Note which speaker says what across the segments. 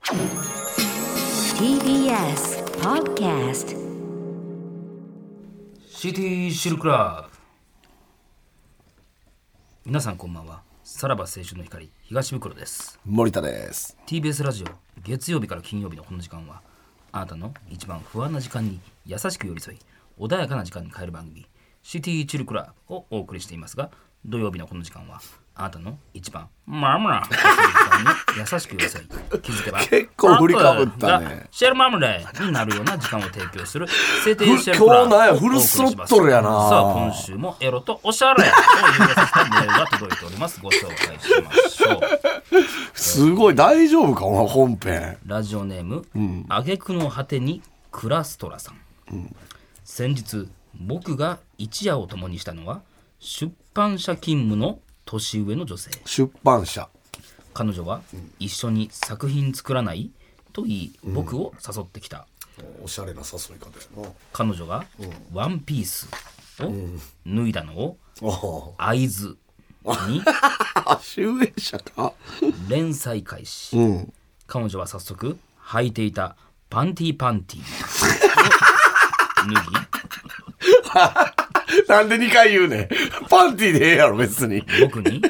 Speaker 1: TBS Podcast
Speaker 2: CT シルクラブ皆さんこんばんはさらば青春の光東袋です
Speaker 3: 森田です。
Speaker 2: TBS ラジオ月曜日から金曜日のこの時間はあなたの一番不安な時間に優しく寄り添い穏やかな時間に変える番組「シティチルクラブ」をお送りしていますが土曜日のこの時間はあなたの一番マムラな時間に優しく寄り添い気づけば
Speaker 3: 結構振りかぶったね
Speaker 2: あながシェルマムレになるような時間を提供する制定シェルク
Speaker 3: 今
Speaker 2: ラ
Speaker 3: 日
Speaker 2: ブ
Speaker 3: なんや
Speaker 2: をお
Speaker 3: フ
Speaker 2: 送
Speaker 3: ル
Speaker 2: り
Speaker 3: ス
Speaker 2: し
Speaker 3: ロ
Speaker 2: ます
Speaker 3: ットルやな。
Speaker 2: さあ今週もエロとおしゃれを融合させたメールが届いておりますご紹介しましょう
Speaker 3: すごい大丈夫かお前本編。
Speaker 2: ラジオネーム、挙句の果てにクラストラさん、先日僕が一夜を共にしたのは出版社勤務の年上の女性
Speaker 3: 出版社。
Speaker 2: 彼女は一緒に作品作らないと言い僕を誘ってきた、
Speaker 3: おしゃれな誘い方やな。
Speaker 2: 彼女がワンピースを脱いだのを
Speaker 3: あ
Speaker 2: 会津に
Speaker 3: あ、集英社か。
Speaker 2: 連載開始、彼女は早速履いていたパンティパンティを脱ぎ
Speaker 3: なんで2回言うねん。パンティでええやろ、別に。
Speaker 2: 僕に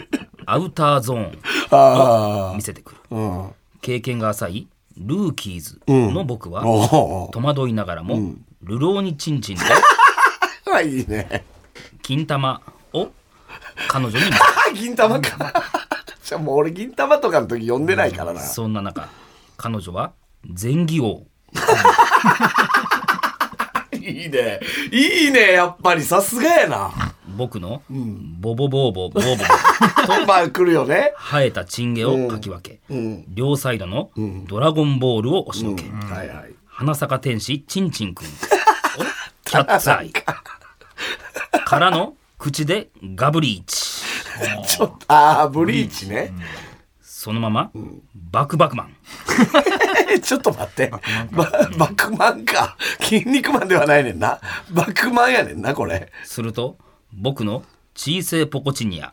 Speaker 2: アウターゾーン
Speaker 3: あ
Speaker 2: を見せてくる、経験が浅いルーキーズの僕は、
Speaker 3: あ。お
Speaker 2: 戸惑いながらも、流浪にチンチンと
Speaker 3: お。いいね。
Speaker 2: 金玉を彼女に見せ
Speaker 3: あ、銀玉か。じゃあもう俺銀玉とかの時呼んでないからな。
Speaker 2: たそんな中彼女は前戯王
Speaker 3: いいね。いいね、やっぱり。さすがやな。
Speaker 2: 僕のボボボーボボーボボ
Speaker 3: まあ来るよね。
Speaker 2: 生えたチンゲをかき分け、両サイドのドラゴンボールを押しのけ、
Speaker 3: はいはい。
Speaker 2: 花咲か天使チンチンくんをキャッツアイからの口でガブリーチ
Speaker 3: ちょっと、ああ、ブリーチね。
Speaker 2: そのまま、バクバクマン
Speaker 3: え、 ちょっと待って。ばバックマンか。筋肉マンではないねんな。バックマンやねんな、これ。
Speaker 2: すると僕の小せいポコチニア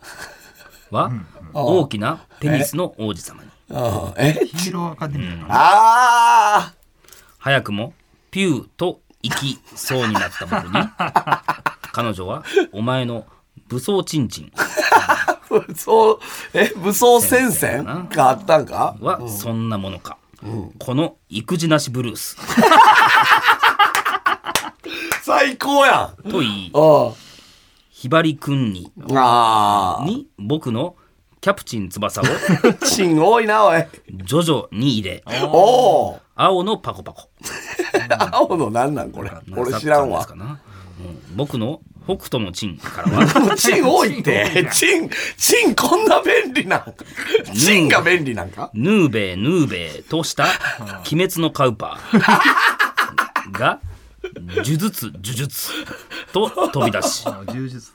Speaker 2: は大きなペニスの王子様に
Speaker 3: ああ、え
Speaker 4: ヒーローアカデミーの
Speaker 3: あ
Speaker 2: 早くもピューと行きそうになった僕に彼女はお前の武装チンチン
Speaker 3: あ、武装、え、武装戦線があったんか
Speaker 2: はそんなものか、この育児なしブルース
Speaker 3: 最高やん。
Speaker 2: と言い
Speaker 3: あ
Speaker 2: ひばりくんに
Speaker 3: あ、ああ、
Speaker 2: に僕のキャプチン翼を
Speaker 3: チン多いな、おい。
Speaker 2: 徐々に入 れ
Speaker 3: おお。
Speaker 2: 青のパコパコ
Speaker 3: 青のなんなん、これ。俺知らんわ
Speaker 2: サッカ。ーのやつかな、うん僕の北斗のチンからは
Speaker 3: チン多いって。チン、チンこんな便利なん。チンが便利なんか
Speaker 2: ヌーベーヌーベーとした鬼滅のカウパ ーが呪術呪術と飛び出し 呪
Speaker 4: 柔術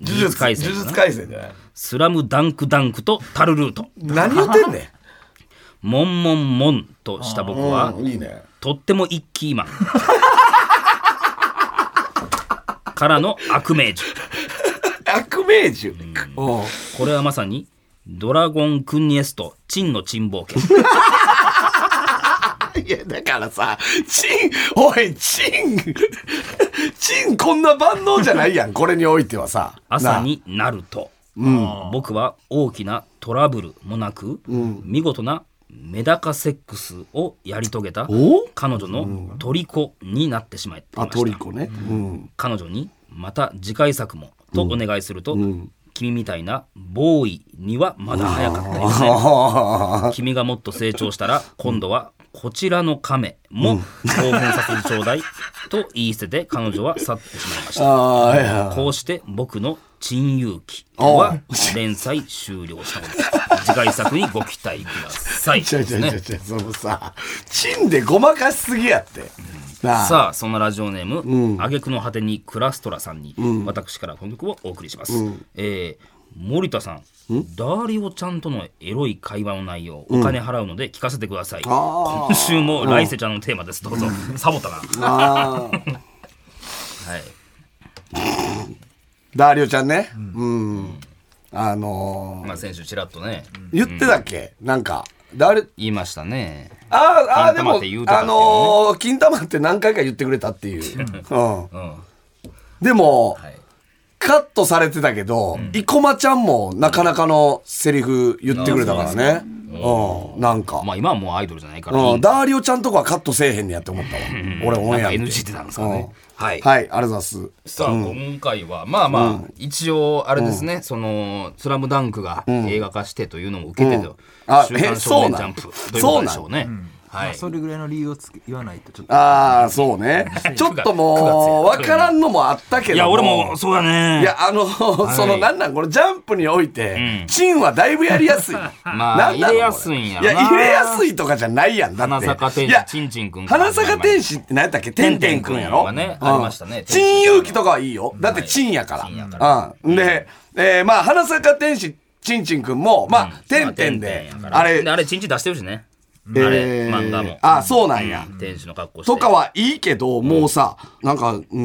Speaker 2: 術廻戦か
Speaker 3: 呪術
Speaker 2: な
Speaker 3: 改正じゃない。
Speaker 2: スラムダンクダンクとタルルート
Speaker 3: 何言ってんねん。
Speaker 2: モンモンモンとした 僕は
Speaker 3: うんいいね。
Speaker 2: とっても一気 マンからの悪名獣
Speaker 3: 悪名獣。うん
Speaker 2: これはまさにドラゴンクンニエストチンの珍冒 険
Speaker 3: いや、だからさ、チン、おい、チン、 チンこんな万能じゃないやん、これにおいてはさ。
Speaker 2: 朝
Speaker 3: な。
Speaker 2: になると、僕は大きなトラブルもなく、見事なメダカセックスをやり遂げた
Speaker 3: お
Speaker 2: 彼女の虜になってしまいま
Speaker 3: あ、
Speaker 2: した
Speaker 3: トリコね。うん。
Speaker 2: 彼女にまた次回作もとお願いすると、君みたいなボーイにはまだ早かったよね
Speaker 3: あ
Speaker 2: 君がもっと成長したら今度はこちらの亀も興奮させてちょうだいと言い捨てて彼女は去ってしまいまし
Speaker 3: あ、い
Speaker 2: た
Speaker 3: や。
Speaker 2: こうして僕の珍遊記は連載終了したのです次回作にご期待ください
Speaker 3: ちょ
Speaker 2: で
Speaker 3: ち
Speaker 2: す
Speaker 3: ょちょ
Speaker 2: ね
Speaker 3: ちょ、そのさ、チンでごまかしすぎやって。なあ
Speaker 2: さあそんなラジオネーム、挙句の果てにクラストラさんに、私からこの曲をお送りします、えー森田さんダーリオちゃんとのエロい会話の内容お金払うので聞かせてください、
Speaker 3: あー
Speaker 2: 今週も来世ちゃんのテーマですどうぞ、サボったなは
Speaker 3: あー
Speaker 2: い
Speaker 3: ダーリオちゃんね。うん。あのー
Speaker 2: まあ先週ちらっとね、
Speaker 3: 言ってたっけなんか、ダーリ
Speaker 2: 言いましたね
Speaker 3: ああ、ああ、
Speaker 2: 金
Speaker 3: で
Speaker 2: 玉
Speaker 3: も
Speaker 2: って言う、てたっ
Speaker 3: あ
Speaker 2: てね
Speaker 3: のー金玉って何回か言ってくれたっていう。うん。
Speaker 2: うんは
Speaker 3: でも、
Speaker 2: い
Speaker 3: カットされてたけど、生駒ちゃんもなかなかのセリフ言ってくれたからね。うん。なんか。
Speaker 2: まあ今はもうアイドルじゃないからいい
Speaker 3: うんん、
Speaker 2: だ
Speaker 3: ダーリオちゃんとこはカットせえへんねやって思ったわ。俺オンエア 見
Speaker 2: なんか NG ってなんですかね
Speaker 3: うん
Speaker 2: はい
Speaker 3: はい、ありがとうございます。
Speaker 2: さあ、今回はまあまあ、一応あれですね、その「スラムダンクが映画化してというのも受けてと、
Speaker 3: あ
Speaker 2: 週刊少年ジャンプ
Speaker 3: えそうなん
Speaker 2: ということでしょうね。は
Speaker 4: ま
Speaker 2: い
Speaker 4: あ、それぐらいの理由をつけ言わないとちょっと
Speaker 3: ああ、そう ね。ちょっともう、わからんのもあったけど。
Speaker 2: いや俺も。そうだね
Speaker 3: いや、あの、その、なんなん、このジャンプにおいて、チンはだいぶやりやすい。
Speaker 2: まあ
Speaker 3: なんなの
Speaker 2: 入れやすいんや
Speaker 3: い
Speaker 2: ろな
Speaker 3: や、入れやすいとかじゃないやん。だって。
Speaker 2: 花坂天使
Speaker 3: いや
Speaker 2: ちんちんくんから
Speaker 3: 花坂天使って何やったっけてんてんくんやろ。
Speaker 2: てんてんくんはね
Speaker 3: うん
Speaker 2: ありましたね
Speaker 3: チン勇気とかはいいよ。だってチンやから。
Speaker 2: チンやか
Speaker 3: うん。で、えーまあ、花坂天使、ちんちんくんも、まあ、てんてんで
Speaker 2: ま、
Speaker 3: あ
Speaker 2: あれ
Speaker 3: れ、
Speaker 2: あれチンチン出してるしね、あ
Speaker 3: え
Speaker 2: れ
Speaker 3: ー
Speaker 2: 漫画も
Speaker 3: あそうなんや
Speaker 2: 天使の格好して
Speaker 3: とかはいいけど、もうさ、なんか、うー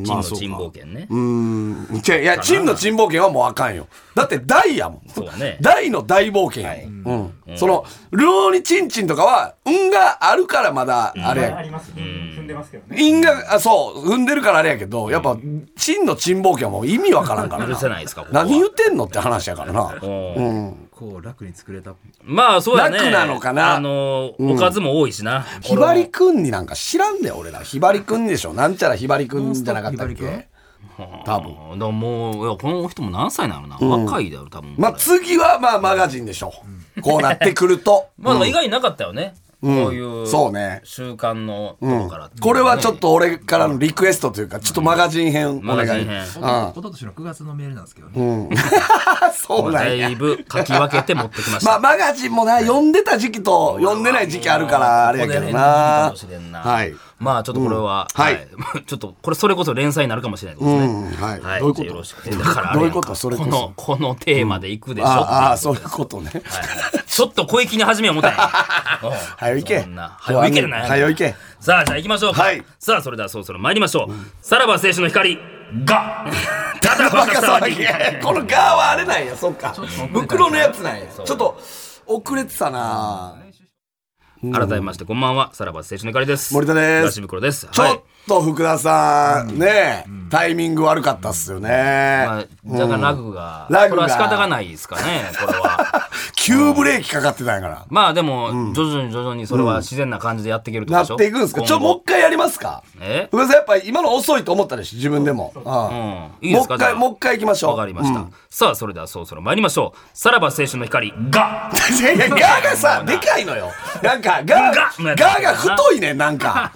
Speaker 3: ん、
Speaker 2: チン
Speaker 3: まあ
Speaker 2: の
Speaker 3: そうか。
Speaker 2: 珍冒険ね、
Speaker 3: うん。違ういや、チンの珍冒険はもうあかんよ。だって大やもん。
Speaker 2: そうだね
Speaker 3: 大の大冒険やもん。うん。その、ルオーニチンチンとかは、運があるからまだ、あれ
Speaker 5: あ
Speaker 3: や。
Speaker 5: ります、踏んでますけどね
Speaker 3: 因が、あ、そう、踏んでるからあれやけど、やっぱ、チンの珍冒険はもう意味わからんから
Speaker 2: 許せ
Speaker 3: な。
Speaker 2: ないですかここは
Speaker 3: 何言ってんのって話やからな。
Speaker 2: うん
Speaker 4: こう楽に作れた
Speaker 2: まあそうだね
Speaker 3: 楽なのかな
Speaker 2: あのおかずも多いしな、
Speaker 3: ひばりくんになんか知らんねん俺ら。ひばりくんでしょ。なんちゃらひばりくんじゃなかったっ
Speaker 4: ひばり
Speaker 3: け多分。
Speaker 2: だからもういやこの人も何歳なのな、若いだよ多分
Speaker 3: まあ、次はまあマガジンでしょ。こうなってくると。
Speaker 2: まあでも意外になかったよね、こういう
Speaker 3: そうね
Speaker 2: 習慣のとこからっていうね、
Speaker 3: これはちょっと俺からのリクエストというか、ちょっとマガジン編お
Speaker 2: マ
Speaker 3: 願
Speaker 2: ガ
Speaker 3: い。
Speaker 2: ジン編
Speaker 4: おととしの9月のメールなんですけどね、
Speaker 3: あ、そうな
Speaker 2: だ
Speaker 3: んや。
Speaker 2: いぶ書き分けて持ってきまし
Speaker 3: まあ、
Speaker 2: た、
Speaker 3: マガジンもな、読んでた時期と読んでない時期あるから、あれやけどな
Speaker 2: ここでね出てくるかもし。れんな
Speaker 3: はい。
Speaker 2: まあちょっとこれは、
Speaker 3: うんは い
Speaker 2: ちょっとこれそれこそ連載になるかもしれないです
Speaker 3: う
Speaker 2: ね、
Speaker 3: ん、はい。
Speaker 2: はい、
Speaker 3: どういう
Speaker 2: じゃ
Speaker 3: こ
Speaker 2: あよ
Speaker 3: と
Speaker 2: ろしくだからあ
Speaker 3: どう
Speaker 2: れ
Speaker 3: い
Speaker 2: や
Speaker 3: うんこ
Speaker 2: か
Speaker 3: とそれこ
Speaker 2: この
Speaker 3: そ。
Speaker 2: このテーマでいくでしょ、
Speaker 3: ああ、ああ
Speaker 2: ってい
Speaker 3: そううい
Speaker 2: こ
Speaker 3: う
Speaker 2: と
Speaker 3: ことね。
Speaker 2: ちょっと小粋に始めよう思ったんや うん
Speaker 3: はよいけ。
Speaker 2: そんな早いけるな
Speaker 3: はよいけ。
Speaker 2: さあじゃあ行きましょうか、
Speaker 3: はい
Speaker 2: さあそれではそろそろ参りましょう、さらば青春の光がただバ
Speaker 3: バ
Speaker 2: カ
Speaker 3: カ
Speaker 2: 騒
Speaker 3: 騒
Speaker 2: ぎ
Speaker 3: ぎ。 この側はあれなんや、そっか。袋のやつなんや。ちょっと遅れてたな。
Speaker 2: 改めましてこんばんはさらば青春の光です
Speaker 3: 森田です
Speaker 2: 東袋です
Speaker 3: ち
Speaker 2: は
Speaker 3: ょ
Speaker 2: い
Speaker 3: っと福田さん、ねえ、タイミング悪かったっすよね。
Speaker 2: まあ、だからラグが、
Speaker 3: ラ
Speaker 2: こ
Speaker 3: グが
Speaker 2: れは仕方がないですかねこれ は
Speaker 3: 急ブレーキかかってたんやから。
Speaker 2: まあでも、徐々に徐々にそれは自然な感じでやっていけるってこと
Speaker 3: な
Speaker 2: でしょ
Speaker 3: っていくんですかちょ、
Speaker 2: 今後
Speaker 3: もう一回やりますか
Speaker 2: え
Speaker 3: 福田さん、やっぱ今の遅いと思ったでしょ自分でも。ああ
Speaker 2: うんいいですか
Speaker 3: もう一
Speaker 2: じゃあ
Speaker 3: 回、もう一回行きましょう。
Speaker 2: わかりました、さあそれではそろそろ参りましょうさらば青春の光が
Speaker 3: いやい や、ガーがさ、でかいのよ。なんか、ガー
Speaker 2: ガーのやつだ
Speaker 3: が、ガ
Speaker 2: から
Speaker 3: ー
Speaker 2: な
Speaker 3: が太いね、なんか。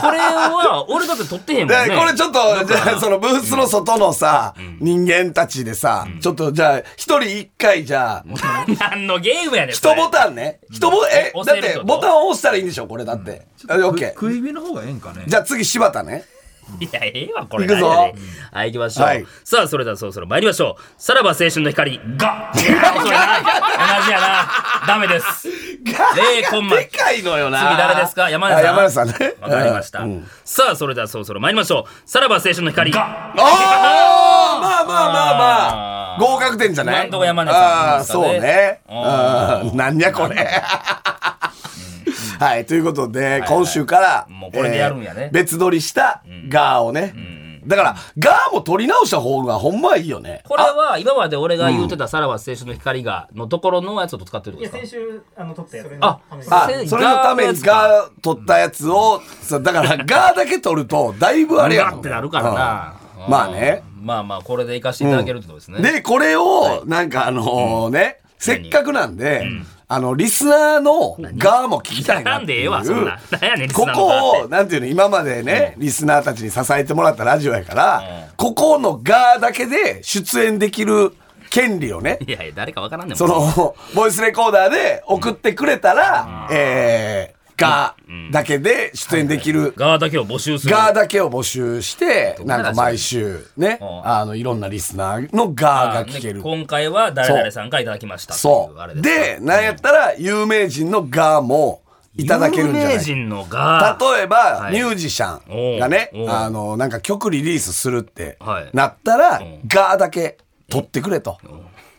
Speaker 2: これは俺だって撮ってへん
Speaker 3: で
Speaker 2: もん ね
Speaker 3: これちょっと、じゃあ、そのブースの外のさ、人間たちでさ、ちょっと、じゃあ、一人一回、じゃあ、
Speaker 2: 何のゲームやねんそれ
Speaker 3: 一ボタンね。一ボ、え、だ
Speaker 2: 押せ
Speaker 3: っ
Speaker 2: るって
Speaker 3: て
Speaker 2: こと
Speaker 3: ボタンを押したらいいんでしょこれだって。あオッケー。
Speaker 4: 食い指の方がええんかね
Speaker 3: じゃあ次、柴 田ね。
Speaker 2: いや、ええわ、これ。
Speaker 3: いく
Speaker 2: 何
Speaker 3: ぞ
Speaker 2: やねんはい、行きましょう。
Speaker 3: はい
Speaker 2: さあ、それではそろそろ参りましょう。さらば青春の光が。同じやな。ダメです。ええコンマ
Speaker 3: でかいのよな。
Speaker 2: 次誰ですか山根さん
Speaker 3: あ山根さんね。
Speaker 2: わかりました
Speaker 3: うん。
Speaker 2: さあ、それではそろそろ参りましょう。さらば青春の光が。
Speaker 3: おーまあまあまあま
Speaker 2: あ
Speaker 3: あ。
Speaker 2: ー
Speaker 3: 合格点じゃない
Speaker 2: 今んとこ山根さんですかね
Speaker 3: あーそうね。うん。なんやこれ。はい、ということで、今週から、
Speaker 2: もうこれでやるんやね
Speaker 3: えー別撮りしたガーをね。だから、ガーも撮り直した方がほんまはいいよね。
Speaker 2: これは、今まで俺が言うてたさらば青春の光が、のところのやつを使ってるん
Speaker 5: い
Speaker 2: で
Speaker 5: や
Speaker 2: すか
Speaker 5: 先週あの撮ったやつ
Speaker 2: あ
Speaker 3: あ
Speaker 2: せ
Speaker 3: それのためにガー取ったやつをさだからガーだけ取るとだいぶあれや
Speaker 2: ガってなるから
Speaker 3: うん
Speaker 2: な。
Speaker 3: まあね
Speaker 2: うん。まあまあ、これで行かせていただけるってことですね。
Speaker 3: でこれをなんかあのね、せっかくなんで、あの、リスナーの側も聞きたいな
Speaker 2: な
Speaker 3: っ
Speaker 2: ん
Speaker 3: て
Speaker 2: でえ
Speaker 3: いう。
Speaker 2: えわそんななんやねんリス
Speaker 3: こ
Speaker 2: ナーの側
Speaker 3: こ
Speaker 2: っ
Speaker 3: を、
Speaker 2: て
Speaker 3: なんていうの、今までね、リスナーたちに支えてもらったラジオやから、ここの側だけで出演できる権利をね、
Speaker 2: いやいや誰かわからんねん
Speaker 3: そ
Speaker 2: もう
Speaker 3: の、ボイスレコーダーで送ってくれたら、えー、側だけで出演できる
Speaker 2: 側だけを募集する
Speaker 3: ガーだけを募集して、
Speaker 2: こ
Speaker 3: なんか毎週ね、
Speaker 2: うん
Speaker 3: あの、いろんなリスナーのガーが聞け
Speaker 2: で
Speaker 3: る。
Speaker 2: 今回は誰々さんからいただきましたってい
Speaker 3: そう
Speaker 2: あれ
Speaker 3: う。
Speaker 2: すから
Speaker 3: で、なんやったら、有名人のガーもいただけるんじゃな
Speaker 2: 有名
Speaker 3: い
Speaker 2: 人のが
Speaker 3: 例えば、
Speaker 2: はい
Speaker 3: ミュージシャンがね
Speaker 2: おうお、う
Speaker 3: あの、なんか曲リリースするって
Speaker 2: はい
Speaker 3: なったら、
Speaker 2: ん
Speaker 3: ガーだけ取ってくれと。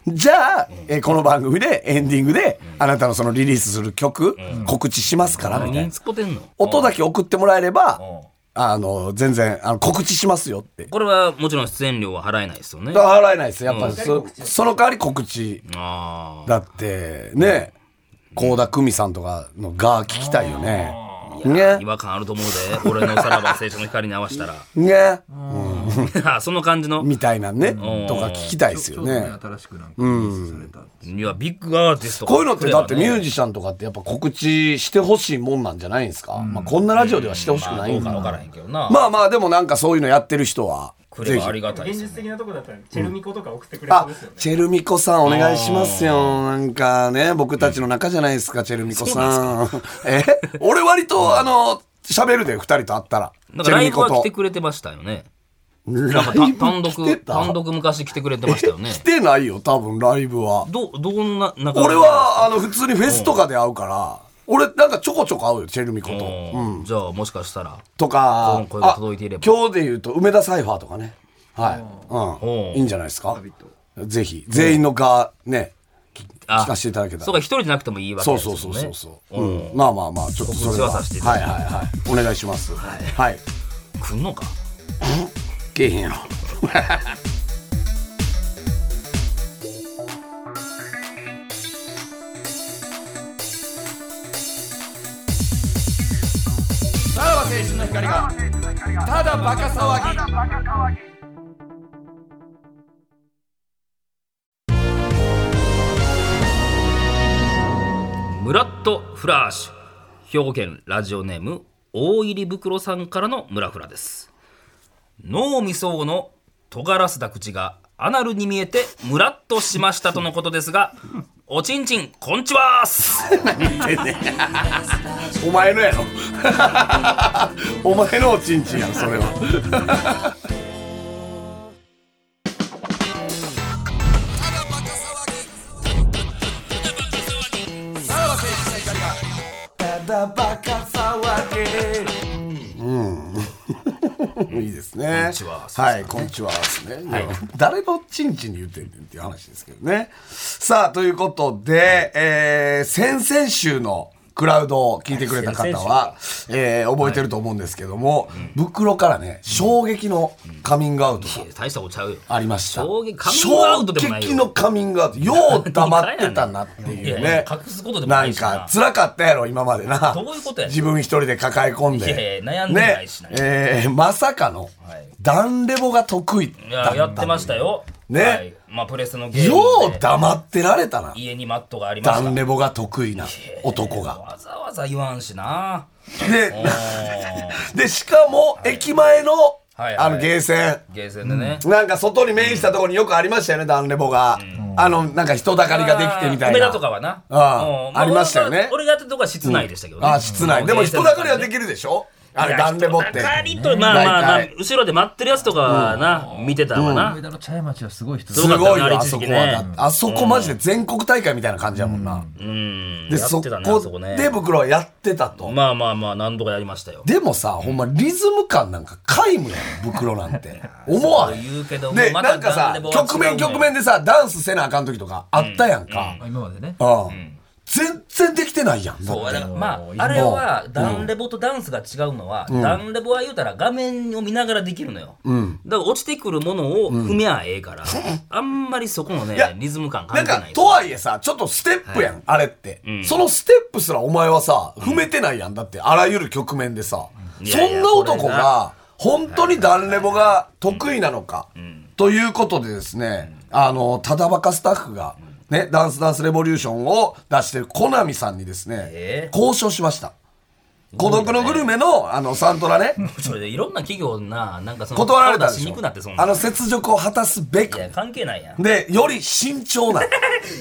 Speaker 3: じゃあ、えーこの番組でエンディングで、あなたのそのリリースする曲、告知しますから、みたい
Speaker 2: 何
Speaker 3: な。
Speaker 2: つこてんの
Speaker 3: 音だけ送ってもらえれば
Speaker 2: うん、
Speaker 3: あの、全然、あの、告知しますよって。
Speaker 2: これはもちろん出演料は払えないですよね
Speaker 3: だから払えないですやっぱ、
Speaker 2: うん
Speaker 3: そその代わり告知
Speaker 2: あ
Speaker 3: だってね倖田來未さんとかの「が」聞きたいよねね
Speaker 2: あ違和感あると思うで俺のさらば青春の光に合わせたら
Speaker 3: ね
Speaker 2: あその感じの
Speaker 3: みたいなねとか聞きたいですよね
Speaker 4: 新しくなんかリリースされた、
Speaker 2: いやビッグアーティストが
Speaker 3: こういうのってだってミュー
Speaker 2: ジ
Speaker 3: ジシャンとかってやっぱ告知してほしいもんなんじゃないんですか、まあ、こんなラジオではしてほしくないん
Speaker 2: か
Speaker 3: か
Speaker 2: 分から
Speaker 3: な
Speaker 2: へんけどな
Speaker 3: まあまあでもなんかそういうのやってる人は
Speaker 2: くれ
Speaker 3: ぜ
Speaker 2: ばあ
Speaker 3: ひ
Speaker 2: りがたいで
Speaker 5: 現
Speaker 2: すよ
Speaker 5: 実的なとこだったらチェルミコとか送ってくれそ
Speaker 3: あ
Speaker 5: うですよね
Speaker 3: チェルミコさんお願いしますよなんかね僕たちの仲じゃないですかチェルミコさん え俺割とあの喋るで二人と会ったら
Speaker 2: なん
Speaker 3: チ
Speaker 2: かラ
Speaker 3: ェルミ
Speaker 2: イブ
Speaker 3: コ
Speaker 2: は
Speaker 3: と
Speaker 2: 来てくれてましたよね
Speaker 3: ラ
Speaker 2: なんかた
Speaker 3: イブ
Speaker 2: 単
Speaker 3: 来て
Speaker 2: 独
Speaker 3: た
Speaker 2: 単独昔来てくれてましたよね
Speaker 3: 来てないよ多分ライブは
Speaker 2: どうどんななんか
Speaker 3: 俺はあの普通にフェスとかで会うから俺なんかちょこちょこ会うよチェルミコと
Speaker 2: うんじゃあもしかしたら
Speaker 3: とか
Speaker 2: この声が届いていれば
Speaker 3: あ今日で言うと梅田サイファーとかねはい
Speaker 2: お
Speaker 3: う
Speaker 2: ー
Speaker 3: んいいんじゃないですかぜひ全員のがね
Speaker 2: あ
Speaker 3: 聞かせていただけたら
Speaker 2: そうか一人じゃなくてもいいわけで
Speaker 3: そう
Speaker 2: すよ
Speaker 3: そう
Speaker 2: ね
Speaker 3: そうそうそう、うん、まあまあまあちょっとそれ
Speaker 2: 告知は
Speaker 3: はは
Speaker 2: させ
Speaker 3: い
Speaker 2: ていた
Speaker 3: は
Speaker 2: だ
Speaker 3: い
Speaker 2: き
Speaker 3: はいお願いしますはい、はい、
Speaker 2: 来んのか
Speaker 3: けえへんやろさらば青春の光がただバカ騒ぎ
Speaker 2: ムラッとフラッシュ兵庫県ラジオネーム大入り袋さんからのムラフラです脳みその尖らせた口がアナルに見えてムラッとしましたとのことですがおちんちんこんちはーす
Speaker 3: お前のやろお前のおちんちんやろそれはうん いいですね。こん
Speaker 2: ちは
Speaker 3: はい、こんちはですね。誰のちんちんに言ってんねんっていう話ですけどね。さあ、ということで、えー先々週のクラウドを聞いてくれた方は、えー覚えてると思うんですけども、袋からね、衝撃のカミングアウトが
Speaker 2: 大したことちゃうよ
Speaker 3: ありました。
Speaker 2: 衝撃カミングアウトでもない
Speaker 3: 衝
Speaker 2: よ
Speaker 3: 撃のカミングアウト。よう黙ってたなっていう
Speaker 2: いや
Speaker 3: ね
Speaker 2: いや。隠すことでも
Speaker 3: な
Speaker 2: なんいしな
Speaker 3: か、辛かったやろ、今までな。
Speaker 2: どういうことやねん
Speaker 3: 自分一人で抱え込んで。
Speaker 2: いやいや悩んでないしな
Speaker 3: ねえーまさかの
Speaker 2: はい、
Speaker 3: ダンレボが得意
Speaker 2: い
Speaker 3: だった
Speaker 2: ややってましたよ
Speaker 3: ね
Speaker 2: はいまあプレステのゲーム
Speaker 3: よう
Speaker 2: で
Speaker 3: 黙ってられたな。
Speaker 2: 家にマットがありま
Speaker 3: ダ
Speaker 2: した
Speaker 3: ンレボが得意な男が。
Speaker 2: わざわざ言わんしな
Speaker 3: で、
Speaker 2: うん
Speaker 3: で、しかも、駅前の、
Speaker 2: はい
Speaker 3: あの、ゲーセ
Speaker 2: ゲーセンでね
Speaker 3: ン。なんか、外に面したところによくありましたよね、ダンレボが。あの、なんか、人だかりができてみたいな。
Speaker 2: 梅田とかはな。
Speaker 3: ああ
Speaker 2: うん
Speaker 3: ありましたよね
Speaker 2: 俺が俺がやってたとこは室内でしたけどね。
Speaker 3: あ、室内。でも人だかりはできるでしょあれ、ダンレボって。
Speaker 2: 人だかりと、まあまあまあ
Speaker 3: 大、体
Speaker 2: 後ろで待ってるやつとかはな、見てたわな
Speaker 4: 上。田の茶屋町はすごい人
Speaker 2: す
Speaker 3: す
Speaker 2: ご
Speaker 3: ごい
Speaker 2: かった
Speaker 3: よ、
Speaker 2: ね
Speaker 3: あ
Speaker 2: 一
Speaker 3: そ
Speaker 2: 時
Speaker 3: こ
Speaker 2: 期
Speaker 3: は
Speaker 2: ね
Speaker 3: だって。あそこマジで全国大会みたいな感じやもんな。
Speaker 2: うん。
Speaker 3: で、
Speaker 2: や
Speaker 3: そ
Speaker 2: っ
Speaker 3: こ
Speaker 2: てたね、あそこね
Speaker 3: で。袋はやってたと。
Speaker 2: まあまあまあ、何度かやりましたよ。
Speaker 3: でもさ、ほんまリズム感なんか皆無やん、袋なんて。思わ
Speaker 2: そ
Speaker 3: へ
Speaker 2: う言
Speaker 3: ん。
Speaker 2: うけども
Speaker 3: で、
Speaker 2: ま
Speaker 3: な
Speaker 2: た
Speaker 3: んかさ
Speaker 2: ダンレボ、は違うね
Speaker 3: 局面局面でさ、ダンスせなあかん時とかあったやんか。
Speaker 4: 今までね
Speaker 3: うん。全然できてないやん。だ
Speaker 2: そう
Speaker 3: っ
Speaker 2: だか
Speaker 3: て
Speaker 2: らまあ、あれはダンレボとダンスが違うのは、ダンレボは言うたら画面を見ながらできるのよ。だから落ちてくるものを踏みゃええから、あんまりそこのね
Speaker 3: や、
Speaker 2: リズム感
Speaker 3: な
Speaker 2: 関
Speaker 3: ん
Speaker 2: 係ない
Speaker 3: か
Speaker 2: ですよ。
Speaker 3: とはいえさちょっとステップやん、あれって、そのステップすらお前はさ踏めてないやんだってあらゆる局面でさ、
Speaker 2: い
Speaker 3: そ
Speaker 2: やいや
Speaker 3: んな男
Speaker 2: これ
Speaker 3: が本当にダンレボが得意なのか、ということでですね、あのただバカスタッフがね、ダンスダンスレボリューションを出してるコナミさんにですね、
Speaker 2: えー
Speaker 3: 交渉しました。孤独のグルメの、あの、サントラね、
Speaker 2: それでいろんな企業な、なんかその、
Speaker 3: 断られたで
Speaker 2: し
Speaker 3: し
Speaker 2: に
Speaker 3: ょ
Speaker 2: くくなって、そん。な。
Speaker 3: あの、雪辱を果たすべ
Speaker 2: い
Speaker 3: く。
Speaker 2: や、関係ないやん。
Speaker 3: で、より慎重 な
Speaker 2: い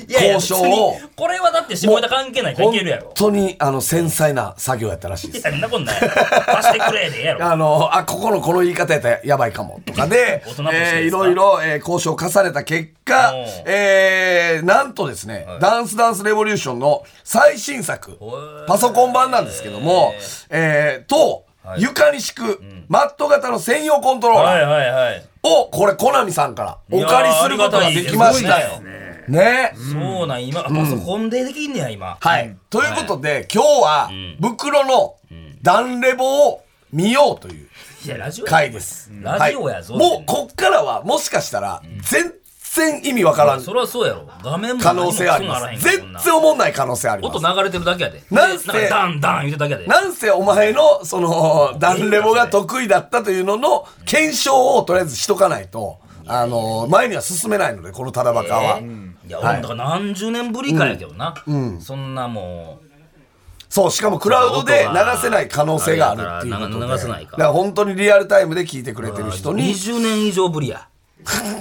Speaker 2: やいや
Speaker 3: 交渉を
Speaker 2: 別に、これはだって下ネタ関係ないからいけるやろ
Speaker 3: 本。当に、あの、繊細な作業やったらしいで
Speaker 2: い
Speaker 3: す
Speaker 2: や。そんなことない。貸してくれでええやろ。
Speaker 3: あの、あ、ここのこの言い方やったらやばいかもとかで
Speaker 2: 大人としてですか
Speaker 3: えーいろいろ、えー交渉を重ねた結果
Speaker 2: おう、
Speaker 3: えーなんとですね、ダンスダンスレボリューションの最新作
Speaker 2: ー、
Speaker 3: パソコン版なんですけども、えーと、床に敷く、マット型の専用コントロー
Speaker 2: はい
Speaker 3: ラー
Speaker 2: はいはい。
Speaker 3: を、これ、コナミさんからお
Speaker 2: いやー
Speaker 3: 借りすることができましたよ
Speaker 2: ありがたい。
Speaker 3: ね。
Speaker 2: そうなん、今、パソコンでできんねや、今。
Speaker 3: はい。ということで、今日は、袋の段レボを見ようという。
Speaker 2: いや、ラジオや
Speaker 3: 回です。
Speaker 2: ラジオやぞ
Speaker 3: はいもうこっからはもしかしたら全然意味わからん
Speaker 2: そりゃそうやろ。画面も
Speaker 3: 可能性あり
Speaker 2: 何
Speaker 3: ま
Speaker 2: も
Speaker 3: す。
Speaker 2: そん
Speaker 3: 全
Speaker 2: なんあらへんから
Speaker 3: 然おもんない可能性あり
Speaker 2: こん
Speaker 3: ます。
Speaker 2: な音流れてるだけやで。
Speaker 3: なんせ
Speaker 2: でかダンダン言うてるだけやで。
Speaker 3: なんせお前のそのダンレボが得意だったというのの検証をとりあえずしとかないと、あの前には進めないのでこのタラバカは。
Speaker 2: いや、俺もだから何十年ぶりかやけどな。そんなもう、
Speaker 3: そう、しかもクラウドで流せない可能性があるっていうこと
Speaker 2: あ
Speaker 3: で。
Speaker 2: れやから流せないか
Speaker 3: だから本当にリアルタイムで聞いてくれてる人に、い
Speaker 2: 20年以上ぶり や。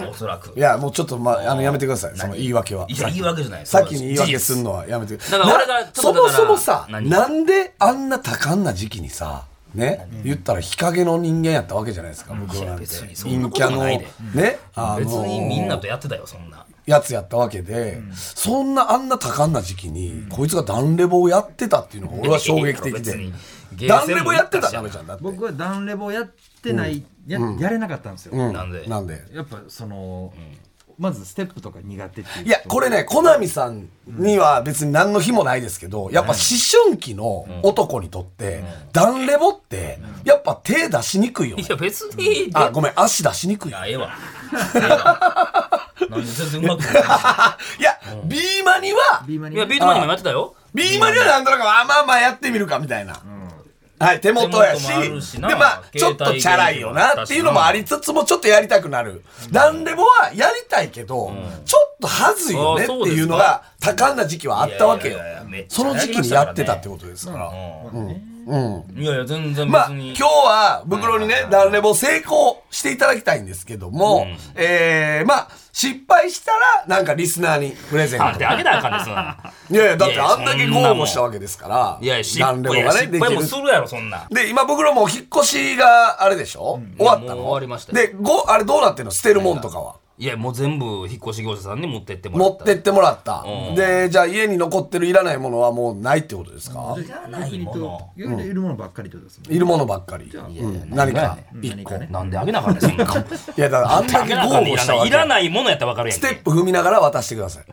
Speaker 2: おそらく。い
Speaker 3: や、もうちょっと、まあ、あの、やめてください。その言い訳は。
Speaker 2: や、言い訳じゃない。
Speaker 3: さっきに言い訳すん
Speaker 2: の。
Speaker 3: のはやめてだ
Speaker 2: から俺がちょ
Speaker 3: そ
Speaker 2: っと
Speaker 3: も
Speaker 2: だから
Speaker 3: そもさ
Speaker 2: 何
Speaker 3: なんであんな多感な時期にさね、言ったら日陰の人間やったわけじゃないですか、僕らなんて
Speaker 2: 別にそんな
Speaker 3: 陰
Speaker 2: こ
Speaker 3: キ
Speaker 2: と
Speaker 3: ャ
Speaker 2: は
Speaker 3: の
Speaker 2: ない
Speaker 3: ね
Speaker 2: で
Speaker 3: あの
Speaker 2: 別にみんなとやってたよ、そんな。
Speaker 3: やつやったわけで、そんなあんな多感な時期に、こいつがダンレボをやってたっていうのが俺は衝撃的
Speaker 2: 別
Speaker 3: で
Speaker 2: にゲー
Speaker 3: ダン
Speaker 2: セ
Speaker 3: レ
Speaker 2: ンも
Speaker 3: ボ
Speaker 2: 行
Speaker 3: や
Speaker 2: っ
Speaker 3: って
Speaker 2: た
Speaker 3: た
Speaker 2: し
Speaker 3: ダメじゃんだって、
Speaker 4: 僕はダンレボやってない、ややれなかったんですよ、
Speaker 3: うん
Speaker 2: なんで
Speaker 3: なんで
Speaker 4: やっぱその、まずステップとか苦手っていうい
Speaker 3: いや、これね、コナミさんには別に何の日もないですけど、やっぱ思春期の男にとって、ダンレボって、やっぱ手出しにくいよね
Speaker 2: い。や、別に。
Speaker 3: あ、ごめん、足出しにくい。
Speaker 2: いや、ええわ。ええわなんで全然うまくない
Speaker 3: や、ビーマニは、
Speaker 4: ビーマ
Speaker 2: い。
Speaker 4: ニ
Speaker 2: いや、ビートマニアもやってたよ。
Speaker 3: ビーマニはなんとなく、あ、まあまあやってみるか、みたいな。はい、手元やし、
Speaker 2: 手元もあるし
Speaker 3: で、
Speaker 2: な
Speaker 3: まあ、ちょっとチャラいよなっていうのもありつつも、ちょっとやりたくなる。ダンレボはやりたいけど、ちょっと恥ずいよねっていうのが、多感な時期はあったわけよ
Speaker 2: いやいやいやめっ。ちゃ
Speaker 3: その時期にやってたってことですから。
Speaker 2: いやいや、全然別に。
Speaker 3: まあ、今日は、袋にね、ダンレボ成功していただきたいんですけども、えー、まあ、失敗したら、なんかリスナーにプレゼン
Speaker 2: あん
Speaker 3: ト
Speaker 2: て。あげたらあかんですわ。
Speaker 3: いやいや、だっ
Speaker 2: い
Speaker 3: て
Speaker 2: やいや
Speaker 3: あんだけ豪語したわけですから、
Speaker 2: いや、失
Speaker 3: 何でも
Speaker 2: 敗
Speaker 3: がね、
Speaker 2: 失
Speaker 3: で
Speaker 2: 敗
Speaker 3: き
Speaker 2: も
Speaker 3: る
Speaker 2: す。るやろ、そんな。
Speaker 3: で、今僕らもう引っ越しがあれでしょ、終わった
Speaker 2: も
Speaker 3: の
Speaker 2: う終わりましたよ
Speaker 3: で、ご、あれどうなってんの捨てるもんとかは。
Speaker 2: いや、もう全部、引っ越し業者さんに持ってってもら
Speaker 3: 持
Speaker 2: っ。
Speaker 3: ったてってもらった
Speaker 2: う。ん
Speaker 3: で、じゃあ家に残ってるいらないものはもうないってことですか
Speaker 2: いらないもの。
Speaker 4: いろいろいるものばっかりってことですね、
Speaker 3: いるものばっかり。
Speaker 2: や
Speaker 3: うん何か一個。い
Speaker 2: なんであげなあかんねん、そん な。
Speaker 3: や、だからあんだ
Speaker 2: あ
Speaker 3: け
Speaker 2: げなあかん
Speaker 3: 豪
Speaker 2: ねん
Speaker 3: 語
Speaker 2: いら
Speaker 3: した
Speaker 2: な
Speaker 3: わ
Speaker 2: い。
Speaker 3: け
Speaker 2: い。らないものやったらわかるやん
Speaker 3: ス
Speaker 2: け。
Speaker 3: テップ踏みながら渡してください。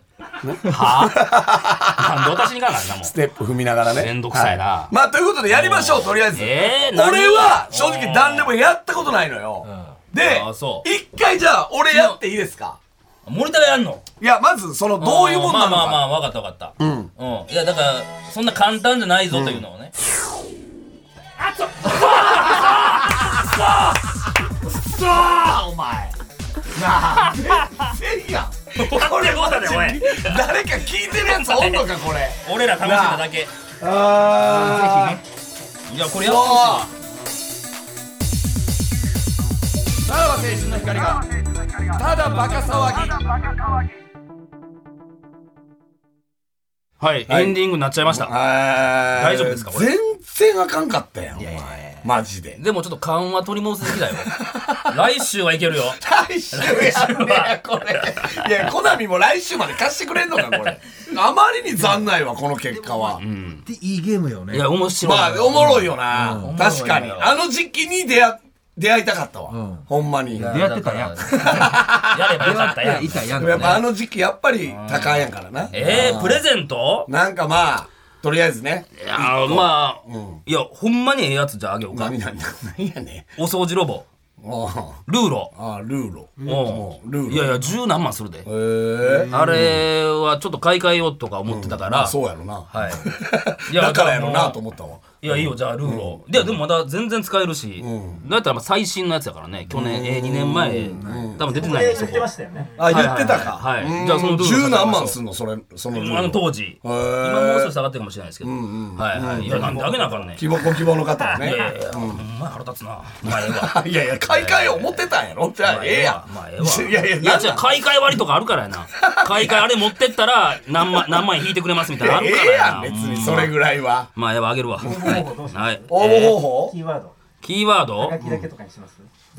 Speaker 2: はぁなんで私に行かなあかんなもん
Speaker 3: ス。テップ踏みながらね。
Speaker 2: めんどくさいな
Speaker 3: はまあ、ということでやりましょう、とりあえず。
Speaker 2: えー何
Speaker 3: 俺は、正直、何でもやったことないのよ。で
Speaker 2: あーそ、う
Speaker 3: 一回じゃあ、俺やっていいですか
Speaker 2: 森田がやんの
Speaker 3: いや、まず、その、どういうもんなのか。
Speaker 2: まあまあまあ、わかったわかった。うん。いや、だから、そんな簡単じゃないぞというのをね。
Speaker 3: 全員や
Speaker 2: これごだね、おい。
Speaker 3: 誰か聞いてるやつおんのか、これ。
Speaker 2: 俺ら試してただけ。
Speaker 3: あ
Speaker 2: いや、こ
Speaker 3: ー。
Speaker 2: れや
Speaker 3: そう
Speaker 2: ってほしいわ。
Speaker 3: さらば青春の光が、ただバカ騒ぎ。
Speaker 2: はい、
Speaker 3: はい
Speaker 2: エンディングになっちゃいました。
Speaker 3: 大
Speaker 2: 大丈夫ですかこれ
Speaker 3: 全然あかんかったやん、お前。マジで。
Speaker 2: でもちょっと勘は取り戻すべ きだよ。来週はいけるよ。
Speaker 3: 来週やんねやこれいやコナミも来週まで貸してくれんのかこれあまりに残ないわこの結果は、
Speaker 4: でいいゲームよね
Speaker 2: いや、面白い。
Speaker 3: まあおもろいよな、
Speaker 2: ん
Speaker 3: 確かに
Speaker 2: おもろいよ
Speaker 3: あの時期に出会出会いたかったわ、
Speaker 4: ん
Speaker 3: ほんまに
Speaker 2: や
Speaker 3: や
Speaker 4: 出会ってたやん
Speaker 2: だから やればよかったやん。
Speaker 4: いたやん
Speaker 3: っぱあの時期やっぱり高いやんからな、
Speaker 2: えー、プレゼント
Speaker 3: なんかまあとりあえずね
Speaker 2: いやー、まあ、いや、ほんまにええやつじゃあげようか
Speaker 3: 何。何何やね
Speaker 2: お掃除ロボ、
Speaker 3: んあ
Speaker 2: ルーロ。
Speaker 3: あルーロ
Speaker 2: お
Speaker 3: ルーロ
Speaker 2: いやいや、十何万するで。
Speaker 3: へえ
Speaker 2: あれはちょっと買い替えようとか思ってたから。
Speaker 3: そうやろな、
Speaker 2: は い。いや
Speaker 3: だからやろなと思ったわ
Speaker 2: いやいいよじゃあルーを、ででもまだ全然使えるし、だったらまあ最新のやつやからね去年、えー、2年前、多分出てないん
Speaker 5: え
Speaker 2: です
Speaker 5: 言
Speaker 2: よ
Speaker 5: ってましたよね。
Speaker 3: あ、言ってたか。
Speaker 2: はいはいはいはい
Speaker 3: うん
Speaker 2: じゃあそのルール
Speaker 3: 十何万すんのそれ、そのルール
Speaker 2: あの当時今もう少し下がってるかもしれないですけど、はいはい、いやなんであげなあかんねん
Speaker 3: 希望、ご希望の方はい
Speaker 2: やい
Speaker 3: ね。
Speaker 2: や、お前腹立つな。まあええわ。
Speaker 3: いやいや、買い替え思ってたんやろじゃあ、ええやん。
Speaker 2: まあええわ。
Speaker 3: いやいや、
Speaker 2: い
Speaker 3: な
Speaker 2: や
Speaker 3: ん
Speaker 2: じゃ
Speaker 3: だ
Speaker 2: あ買い替え割とかあるからや な。買い替えあれ持ってったら何万何万円引いてくれますみたいなのあ
Speaker 3: え
Speaker 2: るから
Speaker 3: えや
Speaker 2: や
Speaker 3: ん、
Speaker 2: な。
Speaker 3: 別にそれぐらいは。
Speaker 2: まあええわあげるわ。はい。
Speaker 3: 応募
Speaker 2: えー
Speaker 3: 方法
Speaker 5: キーワード。
Speaker 2: キーワード
Speaker 5: はがきだけとかにします。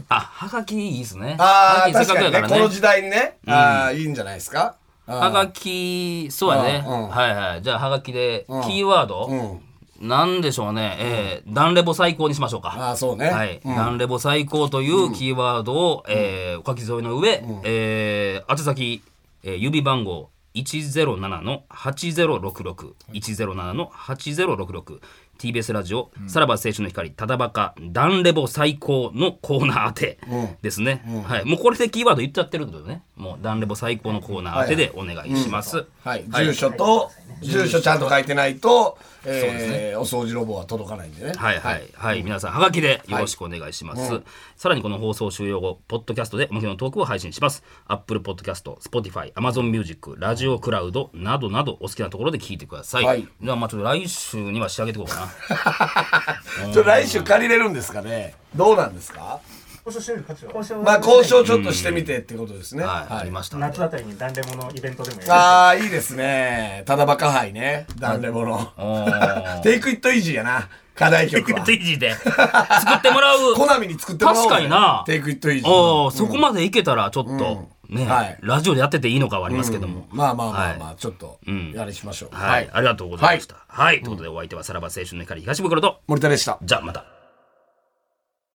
Speaker 2: あはがきいいですね。
Speaker 3: ああ、
Speaker 2: はがき
Speaker 3: 確
Speaker 2: せっ
Speaker 3: か
Speaker 2: く
Speaker 3: にね、
Speaker 2: や
Speaker 3: この時代にね、ああ、いいんじゃないですか。
Speaker 2: は
Speaker 3: あ
Speaker 2: がきそうやね。
Speaker 3: うんうん
Speaker 2: はいはい。じゃあはがきでキーワード。
Speaker 3: ん
Speaker 2: なんでしょうね、えー、ダンレボ最高にしましょうか。
Speaker 3: あーそうね
Speaker 2: はい、ダンレボ最高というキーワードを、えーお書き添えの上、えー、宛先、えー、指番号107の8066、107の8066、TBS ラジオ、さらば青春の光、ただばか、ダンレボ最高のコーナー宛てですね、はい。もうこれでキーワード言っちゃってるのでね、もうダンレボ最高のコーナー宛てでお願いします。
Speaker 3: はい、住所と、住所ちゃんと書いてないと、えーお掃除ロボは届かないんでね。
Speaker 2: はいはいはい、皆さんはがきでよろしくお願いします、さらにこの放送終了後ポッドキャストでおまけのトークを配信しますアップルポッドキャスト Spotify アマゾンミュージックラジオクラウドなどなどお好きなところで聞いてください、
Speaker 3: は
Speaker 2: はいい、じゃあまあちょっと来週には仕上げていこうかな
Speaker 3: ちょ来週借りれるんですかねどうなんですか
Speaker 5: 交渉してる価値は。交渉
Speaker 3: まあ交渉ちょっとしてみてってことですね。
Speaker 2: はい、ありましたんで
Speaker 5: 夏あたりに断レモのイベントでもやる。
Speaker 3: ああ、いいですね。ただバカ杯ね。ダンレボの。テイクイットイージーやな。課題曲は。
Speaker 2: テイジーで作ってもら う
Speaker 3: コナミに作ってもらおう、ね。
Speaker 2: 確かにな
Speaker 3: テイクイットイージー。
Speaker 2: おーそこまでいけたらちょっと、ね、
Speaker 3: はい
Speaker 2: ラジオでやってていいのかはありますけども、
Speaker 3: まあまあまあまあ、
Speaker 2: は
Speaker 3: ちょっと、あれしましょう。
Speaker 2: はい、ありがとうございました。はい、ということでお相手はさらば青春の光東袋と、
Speaker 3: 森田でした。
Speaker 2: じゃあまた。